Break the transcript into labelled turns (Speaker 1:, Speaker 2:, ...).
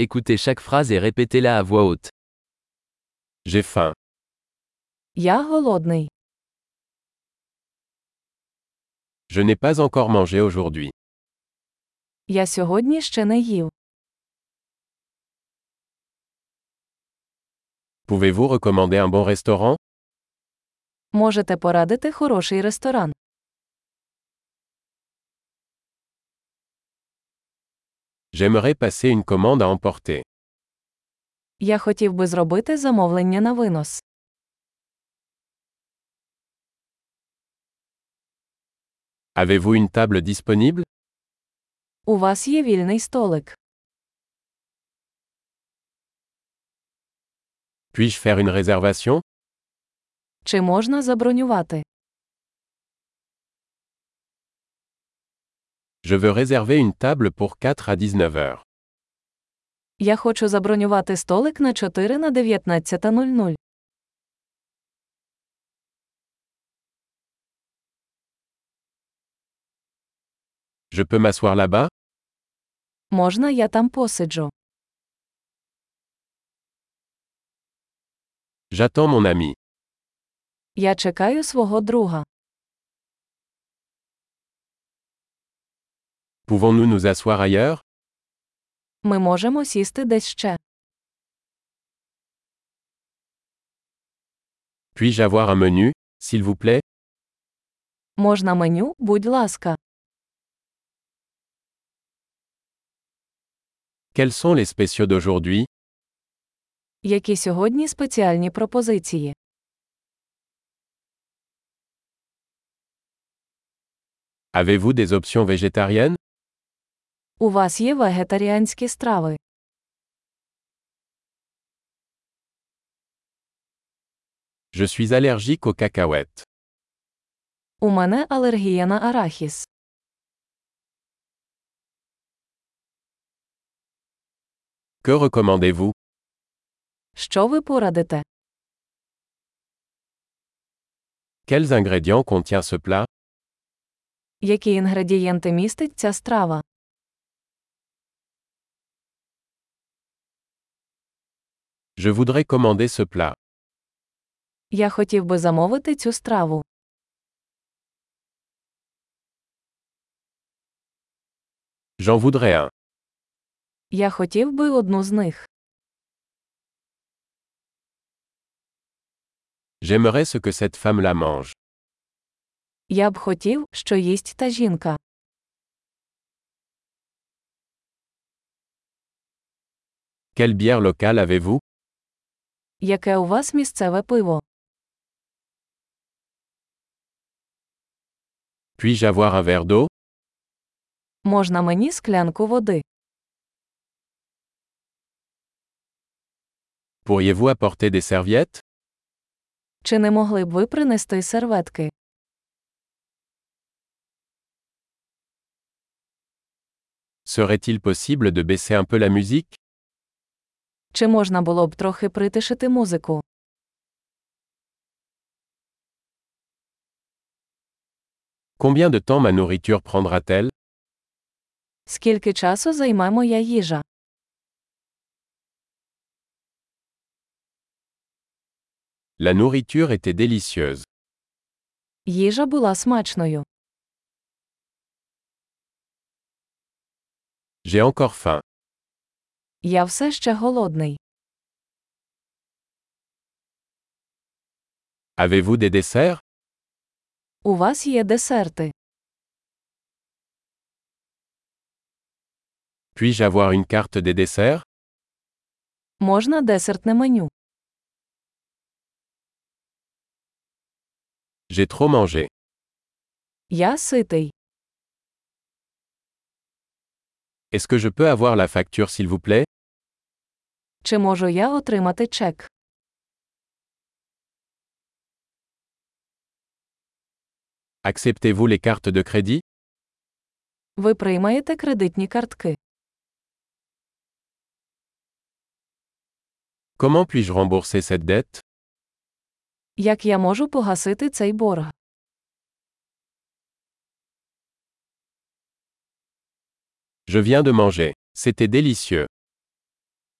Speaker 1: Écoutez chaque phrase et répétez-la à voix haute.
Speaker 2: J'ai faim.
Speaker 3: Я голодний.
Speaker 2: Je n'ai pas encore mangé aujourd'hui.
Speaker 3: Я сьогодні ще не їв.
Speaker 2: Pouvez-vous recommander un bon restaurant
Speaker 3: Можете порадити хороший ресторан.
Speaker 2: J'aimerais passer une commande à emporter.
Speaker 3: Я хотів би зробити замовлення на винос.
Speaker 2: Avez-vous une table disponible
Speaker 3: У вас є вільний столик.
Speaker 2: Puis-je faire une réservation
Speaker 3: Чи можна забронювати?
Speaker 2: Je veux réserver une table pour 4 à 19 heures.
Speaker 3: Я хочу забронювати столик на 4 на 19.00.
Speaker 2: Je peux m'asseoir là-bas
Speaker 3: Можна я там посиджу?
Speaker 2: J'attends mon ami.
Speaker 3: Я чекаю свого друга.
Speaker 2: Pouvons-nous nous asseoir ailleurs
Speaker 3: Ми можемо сісти десь ще.
Speaker 2: Puis-je avoir un menu, s'il vous plaît
Speaker 3: Можна меню, будь ласка.
Speaker 2: Quels sont les spéciaux d'aujourd'hui
Speaker 3: Які сьогодні спеціальні пропозиції?
Speaker 2: Avez-vous des options végétariennes
Speaker 3: У вас є вегетаріанські страви.
Speaker 2: Je suis allergique aux cacahuètes.
Speaker 3: У мене алергія на арахіс.
Speaker 2: Que recommandez-vous
Speaker 3: Що ви порадите?
Speaker 2: Quels ingrédients contient ce plat
Speaker 3: Які інгредієнти містить ця страва?
Speaker 2: Je voudrais commander ce plat.
Speaker 3: Я хотів би замовити цю страву.
Speaker 2: J'en voudrais un.
Speaker 3: Я хотів би одну з них.
Speaker 2: J'aimerais ce que cette femme la mange.
Speaker 3: Я б хотів, що їсть та жінка.
Speaker 2: Quelle bière locale avez-vous
Speaker 3: Яке у вас місцеве пиво?
Speaker 2: Puis-je avoir un verre d'eau
Speaker 3: Можна мені склянку води?
Speaker 2: Pourriez-vous apporter des serviettes
Speaker 3: Чи не могли б ви принести серветки?
Speaker 2: Serait-il possible de baisser un peu la musique
Speaker 3: Чи можна було б трохи притишити музику?
Speaker 2: Combien de temps ma nourriture prendra-t-elle
Speaker 3: Скільки часу займе моя їжа?
Speaker 2: La nourriture était délicieuse.
Speaker 3: Їжа була смачною.
Speaker 2: J'ai encore faim.
Speaker 3: Я все ще голодний.
Speaker 2: Avez-vous des desserts
Speaker 3: У вас є десерти.
Speaker 2: Puis-je avoir une carte des desserts
Speaker 3: Можна десертне меню.
Speaker 2: J'ai trop mangé.
Speaker 3: Я ситий.
Speaker 2: Est-ce que je peux avoir la facture s'il vous plaît
Speaker 3: Чи можу я отримати чек?
Speaker 2: Acceptez-vous les cartes de crédit
Speaker 3: Ви приймаєте кредитні картки.
Speaker 2: Comment puis-je rembourser cette dette
Speaker 3: Як я можу погасити цей борг?
Speaker 2: Je viens de manger. C'était délicieux.